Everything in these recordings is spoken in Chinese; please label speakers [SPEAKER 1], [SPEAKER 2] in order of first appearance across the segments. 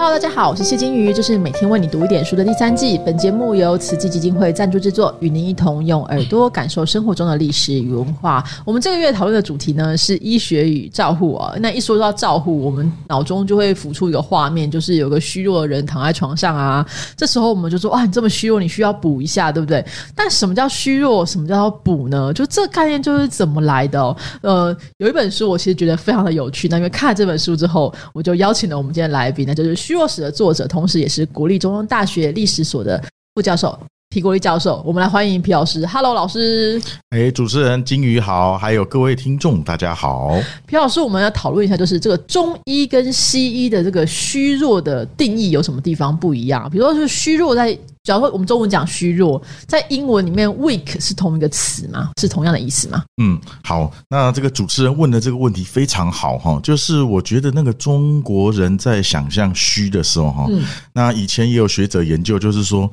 [SPEAKER 1] Hello，大家好，我是谢金鱼，这是每天为你读一点书的第三季。本节目由慈济基金会赞助制作，与您一同用耳朵感受生活中的历史与文化。我们这个月讨论的主题呢是医学与照护啊。那一说到照护，我们脑中就会浮出一个画面，就是有个虚弱的人躺在床上啊。这时候我们就说哇，你这么虚弱，你需要补一下，对不对？但什么叫虚弱？什么叫补呢？就这概念就是怎么来的、哦？呃，有一本书我其实觉得非常的有趣。那因为看了这本书之后，我就邀请了我们今天的来宾，那就是《虚弱史》的作者，同时也是国立中央大学历史所的副教授皮国立教授。我们来欢迎皮老师。Hello，老师。
[SPEAKER 2] 哎，主持人金鱼好，还有各位听众，大家好。
[SPEAKER 1] 皮老师，我们要讨论一下，就是这个中医跟西医的这个虚弱的定义有什么地方不一样？比如说，是虚弱在，假如说我们中文讲虚弱，在英文里面 weak 是同一个词吗？是同样的意思吗？
[SPEAKER 2] 嗯，好，那这个主持人问的这个问题非常好哈，就是我觉得那个中国人在想象虚的时候哈，
[SPEAKER 1] 嗯
[SPEAKER 2] 那以前也有学者研究，就是说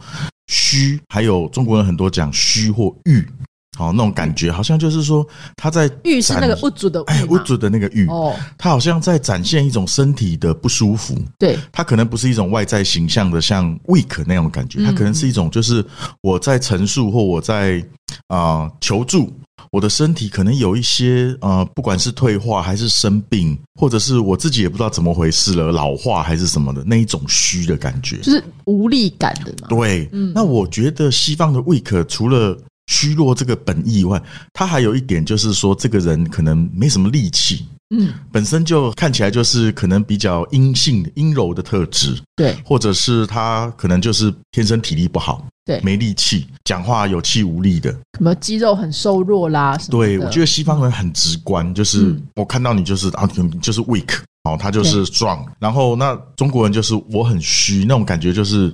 [SPEAKER 2] 虚，还有中国人很多讲虚或欲，好那种感觉，好像就是说他在
[SPEAKER 1] 欲是那个
[SPEAKER 2] 展
[SPEAKER 1] 物主的
[SPEAKER 2] 哎
[SPEAKER 1] 物
[SPEAKER 2] 物
[SPEAKER 1] 嘛？
[SPEAKER 2] 质的那个欲，
[SPEAKER 1] 哦，
[SPEAKER 2] 他好像在展现一种身体的不舒服，
[SPEAKER 1] 对，
[SPEAKER 2] 它可能不是一种外在形象的像 weak 那种感觉，它可能是一种就是我在陈述或我在啊、呃求助，我的身体可能有一些呃，不管是退化还是生病，或者是我自己也不知道怎么回事了，老化还是什么的那一种虚的感觉。
[SPEAKER 1] 就是无力感的嘛。
[SPEAKER 2] 对，那我觉得西方的 weak 除了虚弱这个本意以外，它还有一点就是说，这个人可能没什么力气，
[SPEAKER 1] 嗯，
[SPEAKER 2] 本身就看起来就是可能比较阴性、阴柔的特质。
[SPEAKER 1] 对，
[SPEAKER 2] 或者是他可能就是天生体力不好，
[SPEAKER 1] 对
[SPEAKER 2] 没力气，讲话有气无力的。
[SPEAKER 1] 什么肌肉很瘦弱啦什么的。
[SPEAKER 2] 对，我觉得西方人很直观，就是、
[SPEAKER 1] 嗯
[SPEAKER 2] 我看到你就是啊，你就是 weak，哦，他就是壮。然后那中国人就是我很虚，那种感觉就是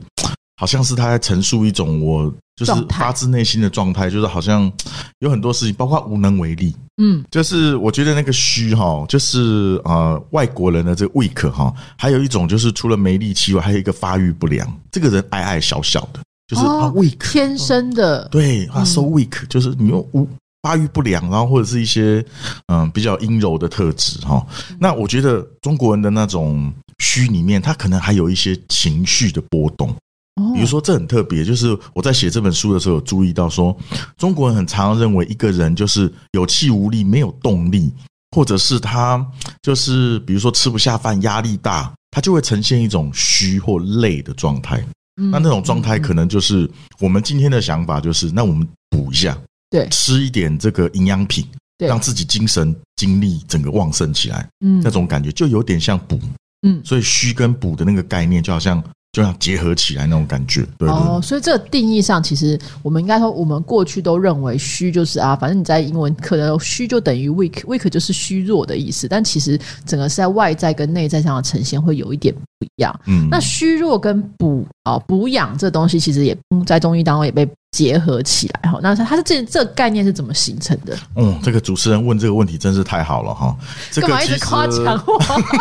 [SPEAKER 2] 好像是他在陈述一种我就是
[SPEAKER 1] 状态
[SPEAKER 2] 发自内心的状态，就是好像有很多事情，包括无能为力。
[SPEAKER 1] 嗯，
[SPEAKER 2] 就是我觉得那个虚哈，就是呃外国人的这个 weak 哈，还有一种就是除了没力气外，还有一个发育不良，这个人矮矮小小的，就是、
[SPEAKER 1] 哦
[SPEAKER 2] 啊 weak，
[SPEAKER 1] 天生的。
[SPEAKER 2] 对啊、s o weak，就是你又无发育不良，然后或者是一些嗯比较阴柔的特质哈。
[SPEAKER 1] 嗯
[SPEAKER 2] 那我觉得中国人的那种虚里面，他可能还有一些情绪的波动。
[SPEAKER 1] 哦
[SPEAKER 2] 比如，说，这很特别，就是
[SPEAKER 1] 嗯
[SPEAKER 2] 我在写这本书的时候有注意到说，中国人很常认为一个人就是有气无力、没有动力，或者是他就是比如说吃不下饭、压力大，他就会呈现一种虚或累的状态。
[SPEAKER 1] 那
[SPEAKER 2] 那那种状态
[SPEAKER 1] 嗯
[SPEAKER 2] 可能就是我们今天的想法就是，那我们补一下，
[SPEAKER 1] 对
[SPEAKER 2] 吃一点这个营养品，
[SPEAKER 1] 对
[SPEAKER 2] 让自己精神精力整个旺盛起来，
[SPEAKER 1] 嗯
[SPEAKER 2] 那种感觉就有点像补。
[SPEAKER 1] 嗯
[SPEAKER 2] 所以虚跟补的那个概念，就好像就像结合起来那种感觉，对对对
[SPEAKER 1] 哦，所以这个定义上，其实我们应该说，我们过去都认为虚就是啊，反正你在英文可能虚就等于 weak，weak 就是虚弱的意思。但其实整个是在外在跟内在上的呈现会有一点不一样。
[SPEAKER 2] 嗯，
[SPEAKER 1] 那虚弱跟补啊、补养这东西，其实也嗯在中医当中也被结合起来哈。那它它是这这个概念是怎么形成的？
[SPEAKER 2] 嗯，这个主持人问这个问题真是太好了哈。这
[SPEAKER 1] 干
[SPEAKER 2] 个
[SPEAKER 1] 嘛一
[SPEAKER 2] 其
[SPEAKER 1] 直
[SPEAKER 2] 实
[SPEAKER 1] 夸奖我？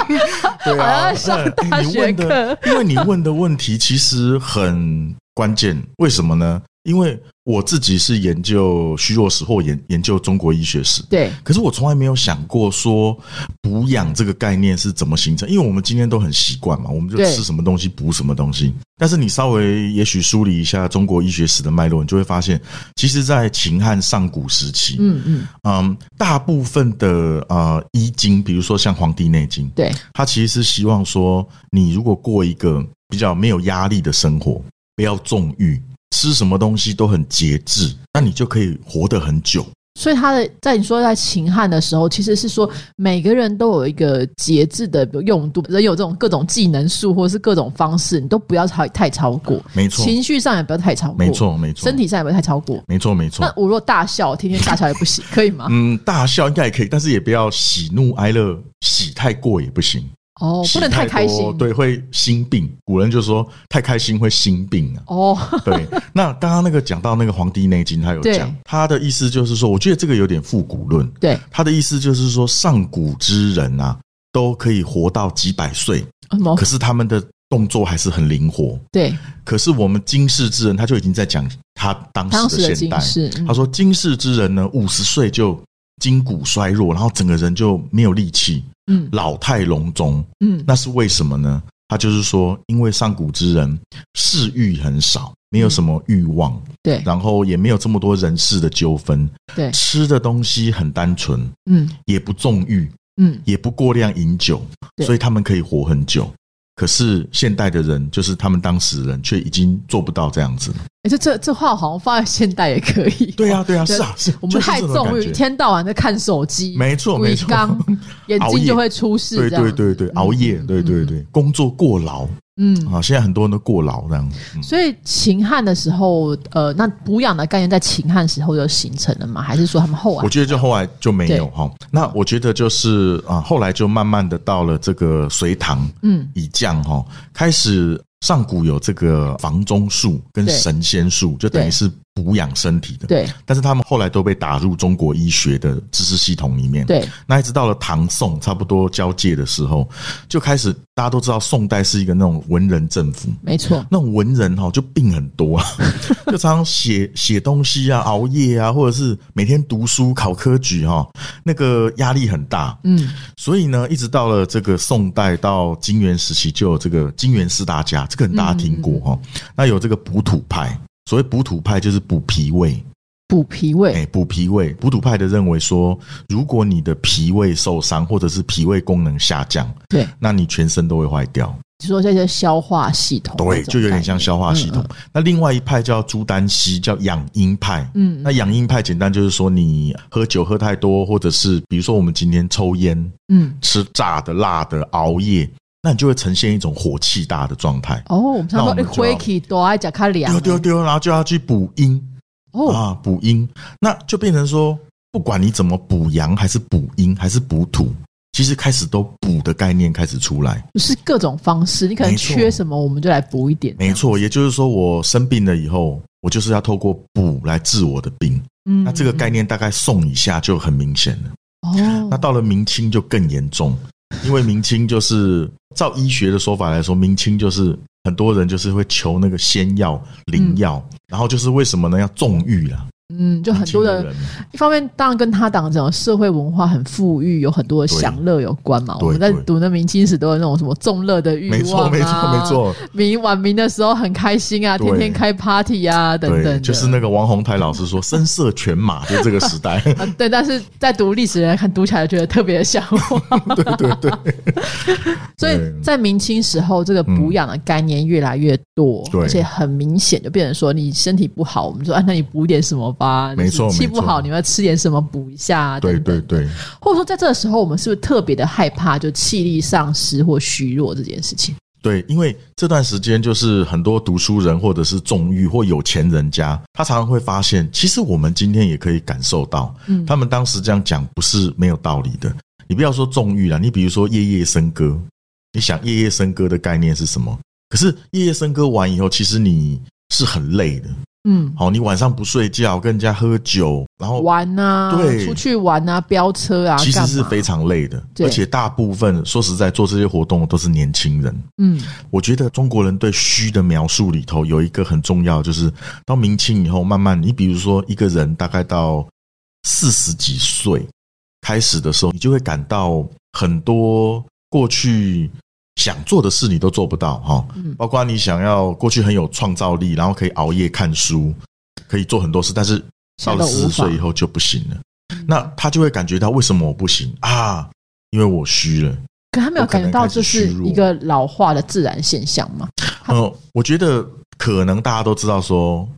[SPEAKER 2] 对
[SPEAKER 1] 好
[SPEAKER 2] 啊，
[SPEAKER 1] 像上大
[SPEAKER 2] 哎你问的因为你问的问题其实很关键，为什么呢？因为我自己是研究虚弱史或研研究中国医学史，
[SPEAKER 1] 对，
[SPEAKER 2] 可是我从来没有想过说补养这个概念是怎么形成，因为我们今天都很习惯嘛，我们就
[SPEAKER 1] 对
[SPEAKER 2] 吃什么东西补什么东西。但是你稍微也许梳理一下中国医学史的脉络，你就会发现，其实，在秦汉上古时期，
[SPEAKER 1] 嗯嗯，
[SPEAKER 2] 嗯，大部分的呃医经，比如说像《黄帝内经》，
[SPEAKER 1] 对，
[SPEAKER 2] 它其实是希望说，你如果过一个比较没有压力的生活，不要纵欲，吃什么东西都很节制，那你就可以活得很久。
[SPEAKER 1] 所以他的在你说在秦汉的时候，其实是说每个人都有一个节制的用度，人有这种各种技能术或者是各种方式，你都不要太太超过，
[SPEAKER 2] 没错，
[SPEAKER 1] 情绪上也不要太超过，
[SPEAKER 2] 没，错，没错，
[SPEAKER 1] 身体上也不要太超过。
[SPEAKER 2] 没错，没错
[SPEAKER 1] 那。我若大笑，天天大笑也不行，可以吗？
[SPEAKER 2] 嗯，大笑应该也可以，但是也不要喜怒哀乐，喜太过也不行，
[SPEAKER 1] 哦，
[SPEAKER 2] 喜
[SPEAKER 1] 不能太开
[SPEAKER 2] 多
[SPEAKER 1] 心，，
[SPEAKER 2] 对，会心病。古人就说太开心会心病 啊。
[SPEAKER 1] 哦，
[SPEAKER 2] 对，那刚刚那个讲到那个《黄帝内经》，他有
[SPEAKER 1] 对
[SPEAKER 2] 讲，他的意思就是说，我觉得这个有点复古论。
[SPEAKER 1] 对，
[SPEAKER 2] 他的意思就是说，上古之人啊，都可以活到几百岁，
[SPEAKER 1] 什么
[SPEAKER 2] 可是他们的动作还是很灵活。
[SPEAKER 1] 哦对，
[SPEAKER 2] 可是我们今世之人，他就已经在讲他当
[SPEAKER 1] 当
[SPEAKER 2] 时
[SPEAKER 1] 时的
[SPEAKER 2] 的现
[SPEAKER 1] 经
[SPEAKER 2] 代。
[SPEAKER 1] 世，嗯
[SPEAKER 2] 他说，今世之人呢，五十岁就筋骨衰弱，然后整个人就没有力气，
[SPEAKER 1] 嗯
[SPEAKER 2] 老态龙钟。
[SPEAKER 1] 嗯，
[SPEAKER 2] 那是为什么呢？他就是说，因为上古之人嗜欲很少，没有什么欲望，
[SPEAKER 1] 对
[SPEAKER 2] 然后也没有这么多人事的纠纷，
[SPEAKER 1] 对，
[SPEAKER 2] 吃的东西很单纯，
[SPEAKER 1] 嗯
[SPEAKER 2] 也不纵欲，
[SPEAKER 1] 嗯，
[SPEAKER 2] 也不过量饮酒，
[SPEAKER 1] 对
[SPEAKER 2] 所以他们可以活很久。可是现代的人，就是他们当时人，却已经做不到这样子。
[SPEAKER 1] 哎、这这这话好像放在现代也可以。
[SPEAKER 2] 对啊，对 啊，
[SPEAKER 1] 对
[SPEAKER 2] 是啊，是
[SPEAKER 1] 我们太
[SPEAKER 2] 重
[SPEAKER 1] 纵欲，一天到晚在看手机，
[SPEAKER 2] 没错，
[SPEAKER 1] 鬼
[SPEAKER 2] 没错，
[SPEAKER 1] 刚 眼睛就会出事。
[SPEAKER 2] 对
[SPEAKER 1] 这样
[SPEAKER 2] 对对对，熬夜，对对，对，工作过劳
[SPEAKER 1] 嗯嗯嗯。
[SPEAKER 2] 啊，现在很多人都过劳这样。嗯
[SPEAKER 1] 所以秦汉的时候，呃，那补养的概念在秦汉时候就形成了嘛？还是说他们后
[SPEAKER 2] 我
[SPEAKER 1] 来？
[SPEAKER 2] 觉得就后来就没
[SPEAKER 1] 对
[SPEAKER 2] 有哈。那我觉得就是啊，后来就慢慢的到了这个隋唐
[SPEAKER 1] 嗯，
[SPEAKER 2] 以降哈，开始上古有这个房中术跟
[SPEAKER 1] 对
[SPEAKER 2] 神仙术，就等于
[SPEAKER 1] 对
[SPEAKER 2] 是补养身体的。
[SPEAKER 1] 对
[SPEAKER 2] 但是他们后来都被打入中国医学的知识系统里面。
[SPEAKER 1] 对
[SPEAKER 2] 那一直到了唐宋差不多交界的时候，就开始大家都知道宋代是一个那种文人政府，
[SPEAKER 1] 没错，
[SPEAKER 2] 那种文人哈、哦就病很多啊， 就常常写写东西啊，熬夜啊，或者是每天读书考科举哈、那个压力很大。
[SPEAKER 1] 嗯，
[SPEAKER 2] 所以呢，一直到了这个宋代到金元时期，就有这个金元四大家，这个很大家听过哈、那有这个补土派，所谓补土派就是补脾胃，
[SPEAKER 1] 补脾
[SPEAKER 2] 哎、
[SPEAKER 1] 胃，
[SPEAKER 2] 补脾胃。补土派的认为说，如果你的脾胃受伤，或者是脾胃功能下降，
[SPEAKER 1] 对，
[SPEAKER 2] 那你全身都会坏掉。
[SPEAKER 1] 就说这些消化系统啊那种概
[SPEAKER 2] 对，
[SPEAKER 1] 念，嗯
[SPEAKER 2] 就有点像消化系统。那另外一派叫朱丹溪，叫养阴派。
[SPEAKER 1] 嗯。嗯，
[SPEAKER 2] 那养阴派简单就是说，你喝酒喝太多，或者是比如说我们今天抽烟、
[SPEAKER 1] 嗯，
[SPEAKER 2] 吃炸的、辣的、熬夜，那你就会呈现一种火气大的状态。
[SPEAKER 1] 哦，我们常说
[SPEAKER 2] 那我们
[SPEAKER 1] 你
[SPEAKER 2] 就要
[SPEAKER 1] 灰气多爱讲看凉
[SPEAKER 2] 丢，丢丢，然后就要去补阴
[SPEAKER 1] 哦，
[SPEAKER 2] 啊，补阴，那就变成说，不管你怎么补阳，还是补阴，还是补土，其实开始都补的概念开始出来。
[SPEAKER 1] 就是各种方式，你可能
[SPEAKER 2] 没错
[SPEAKER 1] 缺什么，我们就来补一点。
[SPEAKER 2] 没错，也就是说，我生病了以后，我就是要透过补来治我的病。
[SPEAKER 1] 嗯，嗯，
[SPEAKER 2] 那这个概念大概宋以下就很明显了。
[SPEAKER 1] 哦，
[SPEAKER 2] 那到了明清就更严重，因为明清就是照医学的说法来说，明清就是很多人就是会求那个仙药、灵药，然后就是为什么呢？要纵欲啊，
[SPEAKER 1] 嗯，就很多
[SPEAKER 2] 的
[SPEAKER 1] 的，
[SPEAKER 2] 人
[SPEAKER 1] 一方面当然跟他党整个社会文化很富裕，有很多的
[SPEAKER 2] 对
[SPEAKER 1] 享乐有关嘛。
[SPEAKER 2] 对
[SPEAKER 1] 我们在
[SPEAKER 2] 对
[SPEAKER 1] 读那明清史都有那种什么众乐的欲
[SPEAKER 2] 没
[SPEAKER 1] 望、
[SPEAKER 2] 错，
[SPEAKER 1] 啊，
[SPEAKER 2] 没错，没。错，
[SPEAKER 1] 明晚明的时候很开心啊，
[SPEAKER 2] 对
[SPEAKER 1] 天天开 party 啊，等等
[SPEAKER 2] 对，
[SPEAKER 1] 的
[SPEAKER 2] 就是那个王洪台老师说“声色犬马”，就这个时 代，
[SPEAKER 1] 啊，对，但是在读历史的人看读起来觉得特别的向往，
[SPEAKER 2] 对对对
[SPEAKER 1] 所以在明清时候，这个补养的概念越来越多，
[SPEAKER 2] 嗯对
[SPEAKER 1] 而且很明显就变成说，你身体不好，我们说啊， 那你补点什么吧，
[SPEAKER 2] 没错
[SPEAKER 1] 你气不
[SPEAKER 2] 没错
[SPEAKER 1] 好，你要吃点什么补一下、啊，
[SPEAKER 2] 对
[SPEAKER 1] 等等
[SPEAKER 2] 对对，
[SPEAKER 1] 或者说在这个时候，我们是不是特别的害怕就气力丧失或虚弱这件事情？
[SPEAKER 2] 对，因为这段时间就是很多读书人或者是纵欲或有钱人家，他常常会发现，其实我们今天也可以感受到，
[SPEAKER 1] 嗯
[SPEAKER 2] 他们当时这样讲不是没有道理的。你不要说纵欲了，你比如说夜夜笙歌，你想夜夜笙歌的概念是什么？可是夜夜笙歌完以后，其实你是很累的。
[SPEAKER 1] 嗯，
[SPEAKER 2] 好，你晚上不睡觉，跟人家喝酒，然后
[SPEAKER 1] 玩啊，
[SPEAKER 2] 哦对
[SPEAKER 1] 出去玩啊，飙车啊，
[SPEAKER 2] 其实是
[SPEAKER 1] 干嘛
[SPEAKER 2] 非常累的。
[SPEAKER 1] 对
[SPEAKER 2] 而且大部分说实在，做这些活动的都是年轻人。
[SPEAKER 1] 嗯
[SPEAKER 2] 我觉得中国人对虚的描述里头有一个很重要，就是到明清以后，慢慢你比如说一个人大概到四十几岁开始的时候，你就会感到很多过去想做的事你都做不到哈
[SPEAKER 1] 嗯，
[SPEAKER 2] 包括你想要过去很有创造力，然后可以熬夜看书，可以做很多事，但是到
[SPEAKER 1] 现在都
[SPEAKER 2] 了四
[SPEAKER 1] 无
[SPEAKER 2] 十
[SPEAKER 1] 法
[SPEAKER 2] 岁以后就不行了。那他就会感觉到为什么我不行啊？因为我虚了。
[SPEAKER 1] 可他没有感觉到这是一个老化的自然现象嘛？
[SPEAKER 2] 呃，我觉得可能大家都知道说，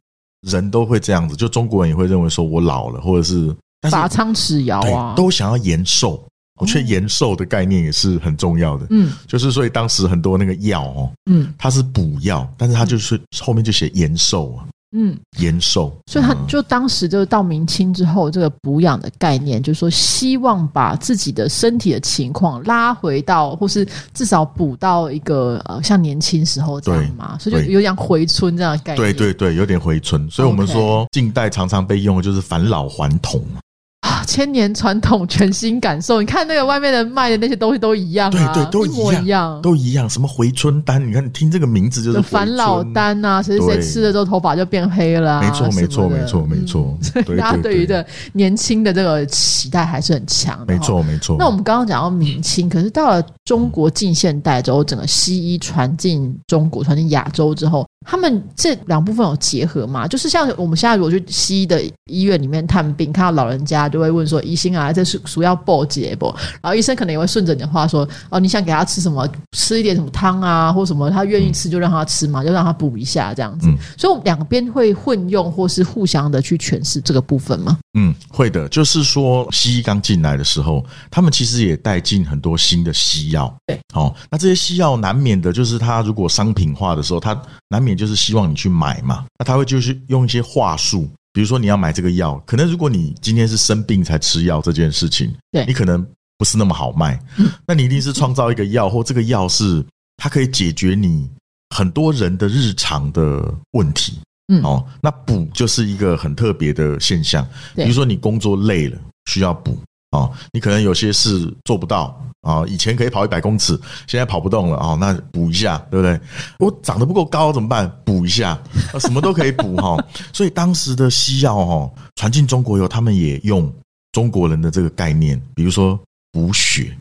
[SPEAKER 2] 人都会这样子，就中国人也会认为说我老了，或者是但是
[SPEAKER 1] 拔苍齿摇啊
[SPEAKER 2] 对，都想要延寿。我觉得延寿的概念也是很重要的，
[SPEAKER 1] 嗯
[SPEAKER 2] 就是所以当时很多那个药哦，
[SPEAKER 1] 嗯
[SPEAKER 2] 它是补药，但是它就是后面就写延寿啊，
[SPEAKER 1] 嗯，
[SPEAKER 2] 延寿。
[SPEAKER 1] 所以他
[SPEAKER 2] 嗯
[SPEAKER 1] 就当时就到明清之后，这个补养的概念，就是说希望把自己的身体的情况拉回到，或是至少补到一个呃像年轻时候这样嘛，所以就
[SPEAKER 2] 对
[SPEAKER 1] 有点回春这样的概念。
[SPEAKER 2] 对对对，有点回春，所以我们
[SPEAKER 1] OK
[SPEAKER 2] 说近代常常被用的就是返老还童嘛
[SPEAKER 1] 啊，千年传统，全新感受。你看那个外面的卖的那些东西都一样、
[SPEAKER 2] 对
[SPEAKER 1] 啊，
[SPEAKER 2] 对，都
[SPEAKER 1] 一模
[SPEAKER 2] 一
[SPEAKER 1] 样，
[SPEAKER 2] 都一样。什么回春丹？你看，你听这个名字就是
[SPEAKER 1] 有
[SPEAKER 2] 回春
[SPEAKER 1] 嗯返老。丹啊，谁谁谁
[SPEAKER 2] 对
[SPEAKER 1] 吃了之后头发就变黑了、啊，
[SPEAKER 2] 没错，
[SPEAKER 1] 什么
[SPEAKER 2] 没错，
[SPEAKER 1] 的
[SPEAKER 2] 没错，没。错。
[SPEAKER 1] 嗯
[SPEAKER 2] 对
[SPEAKER 1] 大家对于
[SPEAKER 2] 对，
[SPEAKER 1] 的年轻的这个期待还是很强的，
[SPEAKER 2] 没。错，没错。
[SPEAKER 1] 哦那我们刚刚讲到明清，可是到了中国近现代之后，整个西医传进中国、传进亚洲之后，他们这两部分有结合吗？就是像我们现在如果去西医的医院里面探病，看到老人家就会问说：“医生啊，这是属要报结不？”然后医生可能也会顺着你的话说：“哦，你想给他吃什么？吃一点什么汤啊，或什么？他愿意吃就让他吃嘛，就让他补一下这样子。
[SPEAKER 2] 嗯
[SPEAKER 1] 所以我们两边会混用，或是互相的去诠释这个部分吗？
[SPEAKER 2] 嗯，会的。就是说，西医刚进来的时候，他们其实也带进很多新的西药。
[SPEAKER 1] 对，
[SPEAKER 2] 哦，那这些西药难免的，就是它如果商品化的时候，它难免就是希望你去买嘛。那他会就是用一些话术，比如说你要买这个药，可能如果你今天是生病才吃药这件事情，
[SPEAKER 1] 对嗯
[SPEAKER 2] 你可能不是那么好卖。那你一定是创造一个药，或这个药是它可以解决你很多人的日常的问题。
[SPEAKER 1] 嗯
[SPEAKER 2] 哦，那补就是一个很特别的现象，
[SPEAKER 1] 对
[SPEAKER 2] 比如说你工作累了需要补哦，你可能有些事做不到啊、哦以前可以跑一百公尺，现在跑不动了哦，那补一下，对不对？我长得不够高怎么办？补一下，呃什么都可以 补哈、哦。所以当时的西药哦传进中国以后，他们也用中国人的这个概念，比如说补血，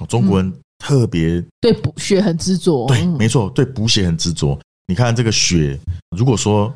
[SPEAKER 2] 哦中
[SPEAKER 1] 嗯
[SPEAKER 2] 国人特别
[SPEAKER 1] 对补血很执着，
[SPEAKER 2] 对，
[SPEAKER 1] 嗯
[SPEAKER 2] 没错，对补血很执着。你看这个血，如果说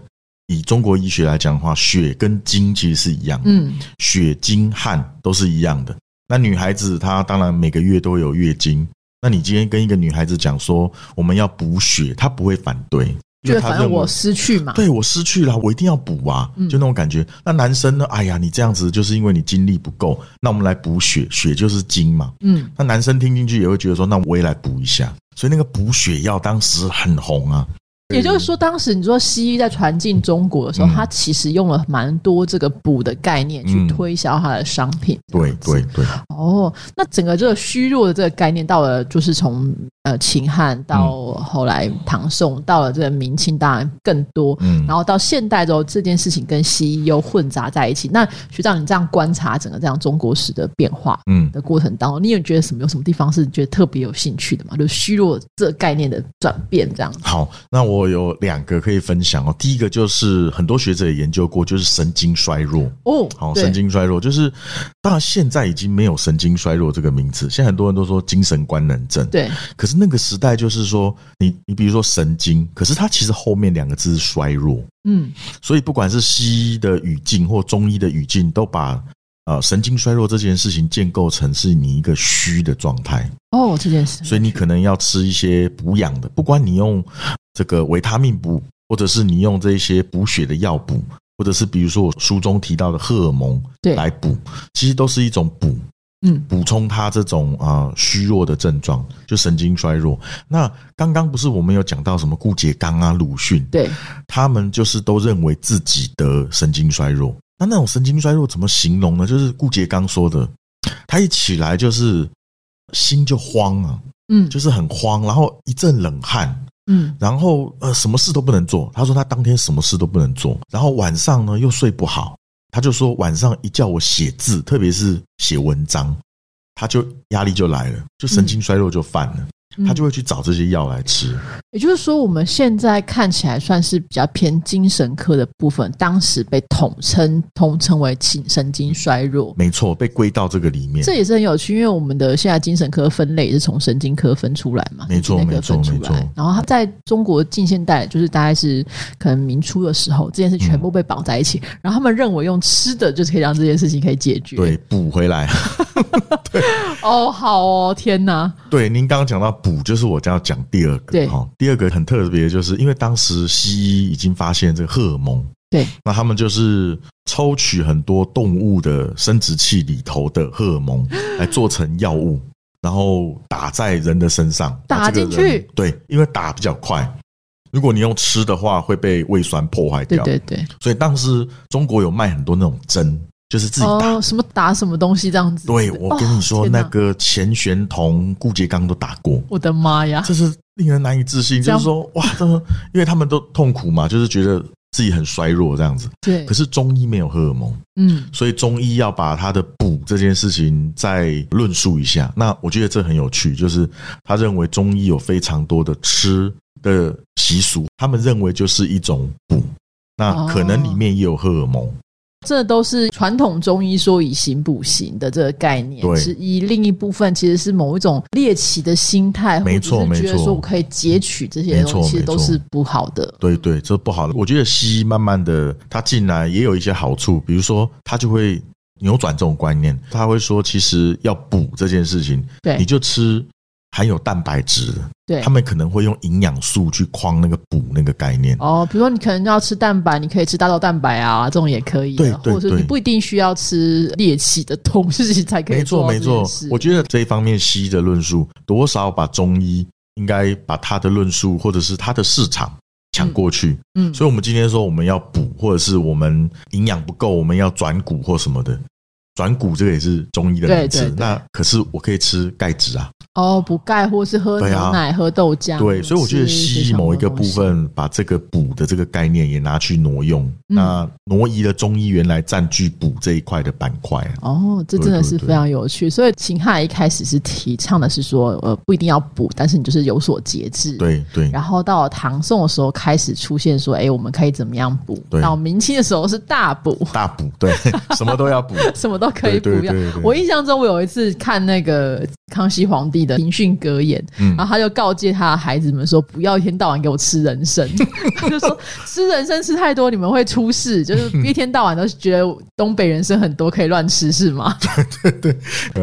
[SPEAKER 2] 以中国医学来讲的话，血跟精其实是一样的，
[SPEAKER 1] 嗯，
[SPEAKER 2] 血精汗都是一样的。那女孩子她当然每个月都有月经，那你今天跟一个女孩子讲说我们要补血，她不会反对，因
[SPEAKER 1] 就
[SPEAKER 2] 为
[SPEAKER 1] 是
[SPEAKER 2] 她
[SPEAKER 1] 反
[SPEAKER 2] 认
[SPEAKER 1] 正
[SPEAKER 2] 为
[SPEAKER 1] 我失去嘛，
[SPEAKER 2] 对我失去了，我一定要补啊，
[SPEAKER 1] 嗯
[SPEAKER 2] 就那种感觉。那男生呢？哎呀，你这样子就是因为你精力不够，那我们来补血，血就是精嘛。
[SPEAKER 1] 嗯，
[SPEAKER 2] 那男生听进去也会觉得说，那我也来补一下。所以那个补血药当时很红啊。
[SPEAKER 1] 也就是说，当时你说西医在传进中国的时候，
[SPEAKER 2] 嗯
[SPEAKER 1] 它其实用了蛮多这个补的概念去
[SPEAKER 2] 嗯
[SPEAKER 1] 推销它的商品。
[SPEAKER 2] 对
[SPEAKER 1] 这样
[SPEAKER 2] 对
[SPEAKER 1] 子
[SPEAKER 2] 对，
[SPEAKER 1] 哦，那整个这个虚弱的这个概念，到了就是从呃秦汉到
[SPEAKER 2] 嗯
[SPEAKER 1] 后来唐宋，到了这个明清，当然更多。
[SPEAKER 2] 嗯
[SPEAKER 1] 然后到现代之后，这件事情跟西医又混杂在一起。那学长，你这样观察整个这样中国史的变化
[SPEAKER 2] 嗯，
[SPEAKER 1] 的过程当中，你有觉得什么有什么地方是你觉得特别有兴趣的吗？就是虚弱这个概念的转变，这样子。
[SPEAKER 2] 好，那我有两个可以分享哦。第一个就是很多学者也研究过，就是神经衰弱。
[SPEAKER 1] 哦，
[SPEAKER 2] 好，
[SPEAKER 1] 对
[SPEAKER 2] 神经衰弱就是，当然现在已经没有神经衰弱这个名词，现在很多人都说精神官能症。
[SPEAKER 1] 对，
[SPEAKER 2] 可是那个时代就是说，你你比如说神经，可是它其实后面两个字是衰弱，
[SPEAKER 1] 嗯
[SPEAKER 2] 所以不管是西医的语境或中医的语境，都把呃神经衰弱这件事情建构成是你一个虚的状态，
[SPEAKER 1] 哦，这件事，
[SPEAKER 2] 所以你可能要吃一些补养的，不管你用这个维他命补，或者是你用这一些补血的药补，或者是比如说我书中提到的荷尔蒙
[SPEAKER 1] 对
[SPEAKER 2] 来补，其实都是一种补。
[SPEAKER 1] 嗯
[SPEAKER 2] 补充他这种啊、呃虚弱的症状，就神经衰弱。那刚刚不是我们有讲到什么顾颉刚啊、鲁迅，
[SPEAKER 1] 对，
[SPEAKER 2] 他们就是都认为自己得神经衰弱。那那种神经衰弱怎么形容呢？就是顾颉刚说的，他一起来就是心就慌啊，
[SPEAKER 1] 嗯
[SPEAKER 2] 就是很慌，然后一阵冷汗，
[SPEAKER 1] 嗯
[SPEAKER 2] 然后呃什么事都不能做。他说他当天什么事都不能做，然后晚上呢又睡不好。他就说晚上一叫我写字，特别是写文章，他就压力就来了，就神经衰弱就犯了，
[SPEAKER 1] 嗯
[SPEAKER 2] 他就会去找这些药来吃。
[SPEAKER 1] 也就是说，我们现在看起来算是比较偏精神科的部分，当时被统称统称为精神经衰弱。
[SPEAKER 2] 没错，被归到这个里面。
[SPEAKER 1] 这也是很有趣，因为我们的现在精神科分类也是从神经科分出来嘛，
[SPEAKER 2] 没错
[SPEAKER 1] 神经内科分出
[SPEAKER 2] 没错没
[SPEAKER 1] 来
[SPEAKER 2] 错。
[SPEAKER 1] 然后它在中国近现代，就是大概是可能明初的时候，这件事全部被绑在一起，然后他们认为用吃的就是可以让这件事情可以解决。
[SPEAKER 2] 嗯对，，补回来。
[SPEAKER 1] 哦，好哦，天哪，
[SPEAKER 2] 对，您刚刚讲到补，就是我将要讲第二个。
[SPEAKER 1] 对
[SPEAKER 2] 好，第二个很特别，就是因为当时西医已经发现这个荷尔蒙，
[SPEAKER 1] 对，
[SPEAKER 2] 那他们就是抽取很多动物的生殖器里头的荷尔蒙来做成药物，然后打在人的身上，
[SPEAKER 1] 打
[SPEAKER 2] 那这个
[SPEAKER 1] 进去
[SPEAKER 2] 人对，因为打比较快。如果你用吃的话，会被胃酸破坏
[SPEAKER 1] 对
[SPEAKER 2] 掉。
[SPEAKER 1] 对对。
[SPEAKER 2] 所以当时中国有卖很多那种针，就是自己打。
[SPEAKER 1] 哦，什么打什么东西这样子。
[SPEAKER 2] 对，我跟你说，
[SPEAKER 1] 哦天哪
[SPEAKER 2] 那个钱玄同、顾颉刚都打过。
[SPEAKER 1] 我的妈呀！
[SPEAKER 2] 这是令人难以置信，
[SPEAKER 1] 这
[SPEAKER 2] 就
[SPEAKER 1] 样
[SPEAKER 2] 是说，哇，这因为他们都痛苦嘛，就是觉得自己很衰弱这样子。
[SPEAKER 1] 对
[SPEAKER 2] 可，是中医没有荷尔蒙，
[SPEAKER 1] 嗯，
[SPEAKER 2] 所以中医要把他的补这件事情再论述一下。那我觉得这很有趣，就是他认为中医有非常多的吃的习俗，他们认为就是一种补。
[SPEAKER 1] 哦
[SPEAKER 2] 那可能里面也有荷尔蒙，
[SPEAKER 1] 这都是传统中医说以形补形的这个概念
[SPEAKER 2] 对
[SPEAKER 1] 之一。另一部分其实是某一种猎奇的心态，
[SPEAKER 2] 没错
[SPEAKER 1] 或者是觉
[SPEAKER 2] 没
[SPEAKER 1] 得
[SPEAKER 2] 错
[SPEAKER 1] 说我可以截取这些
[SPEAKER 2] 没
[SPEAKER 1] 东
[SPEAKER 2] 错
[SPEAKER 1] 西，其实都
[SPEAKER 2] 没错
[SPEAKER 1] 是不好的。
[SPEAKER 2] 对对，这不好。我觉得西医慢慢的，它进来也有一些好处，比如说它就会扭转这种观念，他会说，其实要补这件事情，你
[SPEAKER 1] 对
[SPEAKER 2] 就吃含有蛋白质的，
[SPEAKER 1] 对
[SPEAKER 2] 他。们可能会用营养素去框那个补那个概念。
[SPEAKER 1] 哦，比如说你可能要吃蛋白，你可以吃大豆蛋白啊，这种也可以啊。
[SPEAKER 2] 对对
[SPEAKER 1] 或者是你
[SPEAKER 2] 对
[SPEAKER 1] 不一定需要吃猎奇的东西才可以
[SPEAKER 2] 没
[SPEAKER 1] 做到
[SPEAKER 2] 错，没
[SPEAKER 1] 这件
[SPEAKER 2] 错
[SPEAKER 1] 事。
[SPEAKER 2] 我觉得这一方面西医的论述多少把中医应该把他的论述或者是他的市场抢过去。
[SPEAKER 1] 嗯，
[SPEAKER 2] 所以，我们今天说我们要补，或者是我们营养不够，我们要转骨或什么的。转骨这个也是中医的名
[SPEAKER 1] 对
[SPEAKER 2] 词
[SPEAKER 1] 对对，
[SPEAKER 2] 那可是我可以吃钙质啊，
[SPEAKER 1] 哦，补钙或是喝
[SPEAKER 2] 对啊
[SPEAKER 1] 牛奶、喝豆浆，
[SPEAKER 2] 对，所以我觉得
[SPEAKER 1] 吃
[SPEAKER 2] 西
[SPEAKER 1] 这
[SPEAKER 2] 医
[SPEAKER 1] 种
[SPEAKER 2] 某一个部
[SPEAKER 1] 东西嗯
[SPEAKER 2] 分把这个补的这个概念也拿去挪用，那挪移了中医原来占据补这一块的板块啊。
[SPEAKER 1] 哦，这
[SPEAKER 2] 对
[SPEAKER 1] 真的
[SPEAKER 2] 对
[SPEAKER 1] 是
[SPEAKER 2] 对
[SPEAKER 1] 非常有趣。所以秦汉一开始是提倡的是说，呃，不一定要补，但是你就是有所节制。。
[SPEAKER 2] 对对，
[SPEAKER 1] 然后到了唐宋的时候，开始出现说，哎，我们可以怎么样补？
[SPEAKER 2] 对
[SPEAKER 1] 到明清的时候是大补，
[SPEAKER 2] 大补，对， 什么都要补。
[SPEAKER 1] 什么都可以补
[SPEAKER 2] 对对
[SPEAKER 1] 药
[SPEAKER 2] 对对。
[SPEAKER 1] 我印象中，我有一次看那个康熙皇帝的《庭训格言》，
[SPEAKER 2] 嗯
[SPEAKER 1] 然后他就告诫他的孩子们说，不要一天到晚给我吃人参， 他就说吃人参吃太多你们会出事， 就是一天到晚都是觉得东北人参很多可以乱吃是吗？
[SPEAKER 2] 对 啊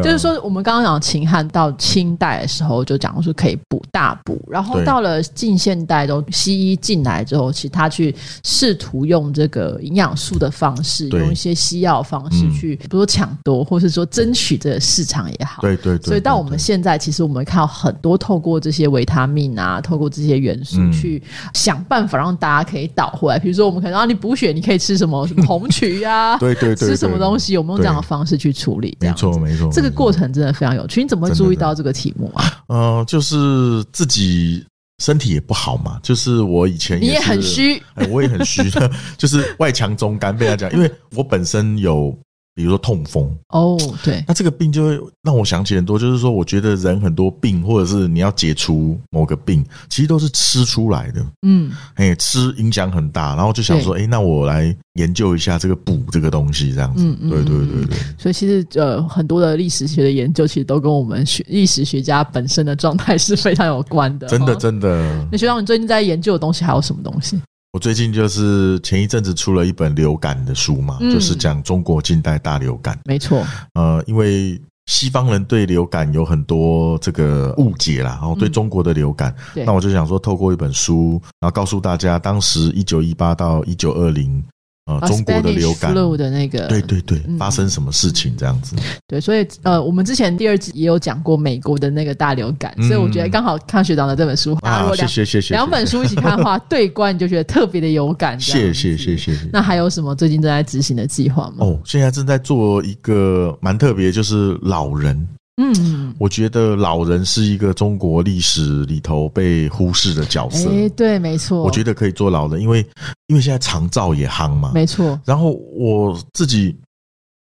[SPEAKER 1] 就是说，我们刚刚讲秦汉到清代的时候，就讲说可以补大补，然后
[SPEAKER 2] 对
[SPEAKER 1] 到了近现代都西医进来之后，其实他去试图用这个营养素的方式，
[SPEAKER 2] 对
[SPEAKER 1] 用一些西药方式
[SPEAKER 2] 嗯
[SPEAKER 1] 去，比如说抢夺，或是说争取这个市场也 好。
[SPEAKER 2] 对对对，
[SPEAKER 1] 所以到我
[SPEAKER 2] 对
[SPEAKER 1] 们现在，其实我们看到很多透过这些维他命啊，透过这些元素
[SPEAKER 2] 嗯
[SPEAKER 1] 去想办法让大家可以倒回来。比如说，我们可能啊让你补血，你可以吃什么什么红曲啊，
[SPEAKER 2] 对对对对
[SPEAKER 1] 吃什么东西，我们用这样的
[SPEAKER 2] 对
[SPEAKER 1] 方式去处理。这
[SPEAKER 2] 没
[SPEAKER 1] 样子
[SPEAKER 2] 错没错，
[SPEAKER 1] 这个
[SPEAKER 2] 没错
[SPEAKER 1] 过程真的非常有趣。你怎么会
[SPEAKER 2] 真的
[SPEAKER 1] 注意到这个题 目啊？
[SPEAKER 2] 呃，就是自己身体也不好嘛，就是我以前
[SPEAKER 1] 你也
[SPEAKER 2] 是
[SPEAKER 1] 很虚，
[SPEAKER 2] 哎，我也很虚， 就是外强中干被他讲，因为我本身有比如说痛风，
[SPEAKER 1] 哦， 对，
[SPEAKER 2] 那这个病就会让我想起很多，就是说我觉得人很多病，或者是你要解除某个病，其实都是吃出来的，
[SPEAKER 1] 嗯，
[SPEAKER 2] 哎，吃影响很大，然后就想说，哎，那我来研究一下这个补这个东西，这样子，
[SPEAKER 1] 嗯嗯
[SPEAKER 2] 对对对对。
[SPEAKER 1] 所以其实呃，很多的历史学的研究其实都跟我们学历史学家本身的状态是非常有关的。
[SPEAKER 2] 真的，
[SPEAKER 1] 哦
[SPEAKER 2] 真的
[SPEAKER 1] 那，学长，你最近在研究的东西还有什么东 西？
[SPEAKER 2] 我最近就是前一阵子出了一本流感的书嘛，
[SPEAKER 1] 嗯
[SPEAKER 2] 就是讲中国近代大流感。
[SPEAKER 1] 没错，
[SPEAKER 2] 呃，因为西方人对流感有很多这个误解啦，然后对
[SPEAKER 1] 嗯
[SPEAKER 2] 中国的流感，
[SPEAKER 1] 对
[SPEAKER 2] 那我就想说，透过一本书，然后告诉大家，当时一九一八到一九二零，呃，
[SPEAKER 1] 啊
[SPEAKER 2] 中国的
[SPEAKER 1] Spanish
[SPEAKER 2] 流感，
[SPEAKER 1] flu 的那个，
[SPEAKER 2] 对对对
[SPEAKER 1] 嗯，
[SPEAKER 2] 发生什么事情这样子？
[SPEAKER 1] 对，所以呃，我们之前第二集也有讲过美国的那个大流感，
[SPEAKER 2] 嗯
[SPEAKER 1] 所以我觉得刚好看学长的这本书，大家如
[SPEAKER 2] 啊，
[SPEAKER 1] 果
[SPEAKER 2] 谢
[SPEAKER 1] 两
[SPEAKER 2] 谢谢谢，
[SPEAKER 1] 两本书一起看的 话，对观你就觉得特别的有感。这样
[SPEAKER 2] 谢
[SPEAKER 1] 子
[SPEAKER 2] 谢谢谢。谢谢。
[SPEAKER 1] 那还有什么最近正在执行的计划吗？
[SPEAKER 2] 哦，现在正在做一个蛮特别，就是老人。
[SPEAKER 1] 嗯嗯，
[SPEAKER 2] 我觉得老人是一个中国历史里头被忽视的角色。
[SPEAKER 1] 哎，对，没错，
[SPEAKER 2] 我觉得可以做老人，因为因为现在长照也夯嘛。
[SPEAKER 1] 没错，
[SPEAKER 2] 然后我自己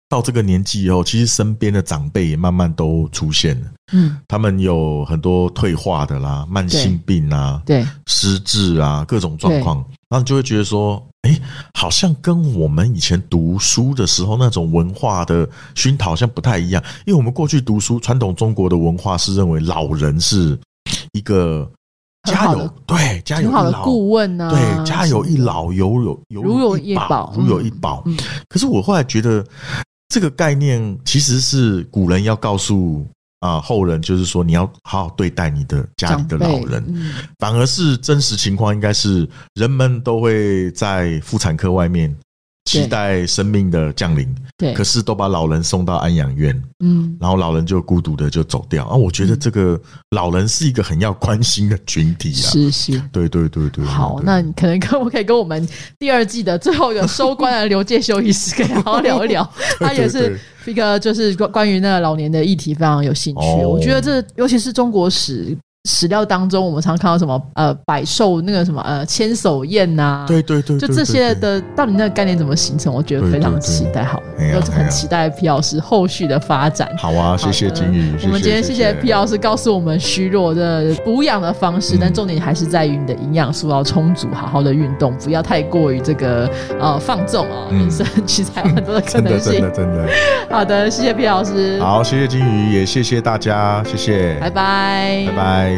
[SPEAKER 2] 到这个年纪以后，其实身边的长辈也慢慢都出现了，
[SPEAKER 1] 嗯，
[SPEAKER 2] 他们有很多退化的啦、慢性病啊、
[SPEAKER 1] 对，
[SPEAKER 2] 失智啊各种状况，然后你就会觉得说，哎，好像跟我们以前读书的时候那种文化的熏陶好像不太一样，因为我们过去读书，传统中国的文化是认为老人是一个。
[SPEAKER 1] 很
[SPEAKER 2] 家
[SPEAKER 1] 好
[SPEAKER 2] 有
[SPEAKER 1] 的
[SPEAKER 2] 对，家有
[SPEAKER 1] 很好的
[SPEAKER 2] 一老
[SPEAKER 1] 顾问啊呢，
[SPEAKER 2] 对，家有一老，有有有
[SPEAKER 1] 如有一
[SPEAKER 2] 一
[SPEAKER 1] 宝
[SPEAKER 2] 如有
[SPEAKER 1] 嗯
[SPEAKER 2] 一宝。
[SPEAKER 1] 嗯
[SPEAKER 2] 可是我后来觉得，这个概念其实是古人要告诉啊、后人，就是说你要好好对待你的家里
[SPEAKER 1] 长
[SPEAKER 2] 的
[SPEAKER 1] 辈
[SPEAKER 2] 老人。
[SPEAKER 1] 嗯
[SPEAKER 2] 反而是真实情况，应该是人们都会在妇产科外面
[SPEAKER 1] 对
[SPEAKER 2] 期待生命的降临，
[SPEAKER 1] 对，
[SPEAKER 2] 可是都把老人送到安养院，
[SPEAKER 1] 嗯，
[SPEAKER 2] 然后老人就孤独的就走掉。啊，我觉得这个老人是一个很要关心的群体啊。
[SPEAKER 1] 是是。
[SPEAKER 2] 对对对对，
[SPEAKER 1] 好，
[SPEAKER 2] 嗯对
[SPEAKER 1] 那你可能可不可以跟我们第二季的最后一个收官的刘介休医师可以好好聊一聊？他也
[SPEAKER 2] 对
[SPEAKER 1] 是
[SPEAKER 2] 对
[SPEAKER 1] 一个就是关关于那个老年的议题非常有兴趣，
[SPEAKER 2] 哦
[SPEAKER 1] 我觉得这尤其是中国史。史料当中，我们常看到什么呃百兽那个什么呃千手宴呐、
[SPEAKER 2] 对对对，
[SPEAKER 1] 啊就
[SPEAKER 2] 对
[SPEAKER 1] 这些。
[SPEAKER 2] 对对
[SPEAKER 1] 的到底那个概念怎么形成，我觉得非常期待。好，
[SPEAKER 2] 对对
[SPEAKER 1] 我
[SPEAKER 2] 对哎呀
[SPEAKER 1] 很期待皮老师后续的发展。
[SPEAKER 2] 好
[SPEAKER 1] 好
[SPEAKER 2] 啊，谢谢
[SPEAKER 1] 的
[SPEAKER 2] 金宇，
[SPEAKER 1] 我们今天谢谢皮老师告诉我们虚弱的补养的方式，
[SPEAKER 2] 嗯
[SPEAKER 1] 但重点还是在于你的营养素要充足，好好的运动，不要太过于这个呃放纵啊、
[SPEAKER 2] 嗯
[SPEAKER 1] 人生其实还有很多的可
[SPEAKER 2] 真的
[SPEAKER 1] 能
[SPEAKER 2] 真
[SPEAKER 1] 性。
[SPEAKER 2] 的真的，
[SPEAKER 1] 好的，谢谢皮老师，
[SPEAKER 2] 好，谢谢金鱼，也谢谢大家，谢谢，
[SPEAKER 1] 拜拜，
[SPEAKER 2] 拜拜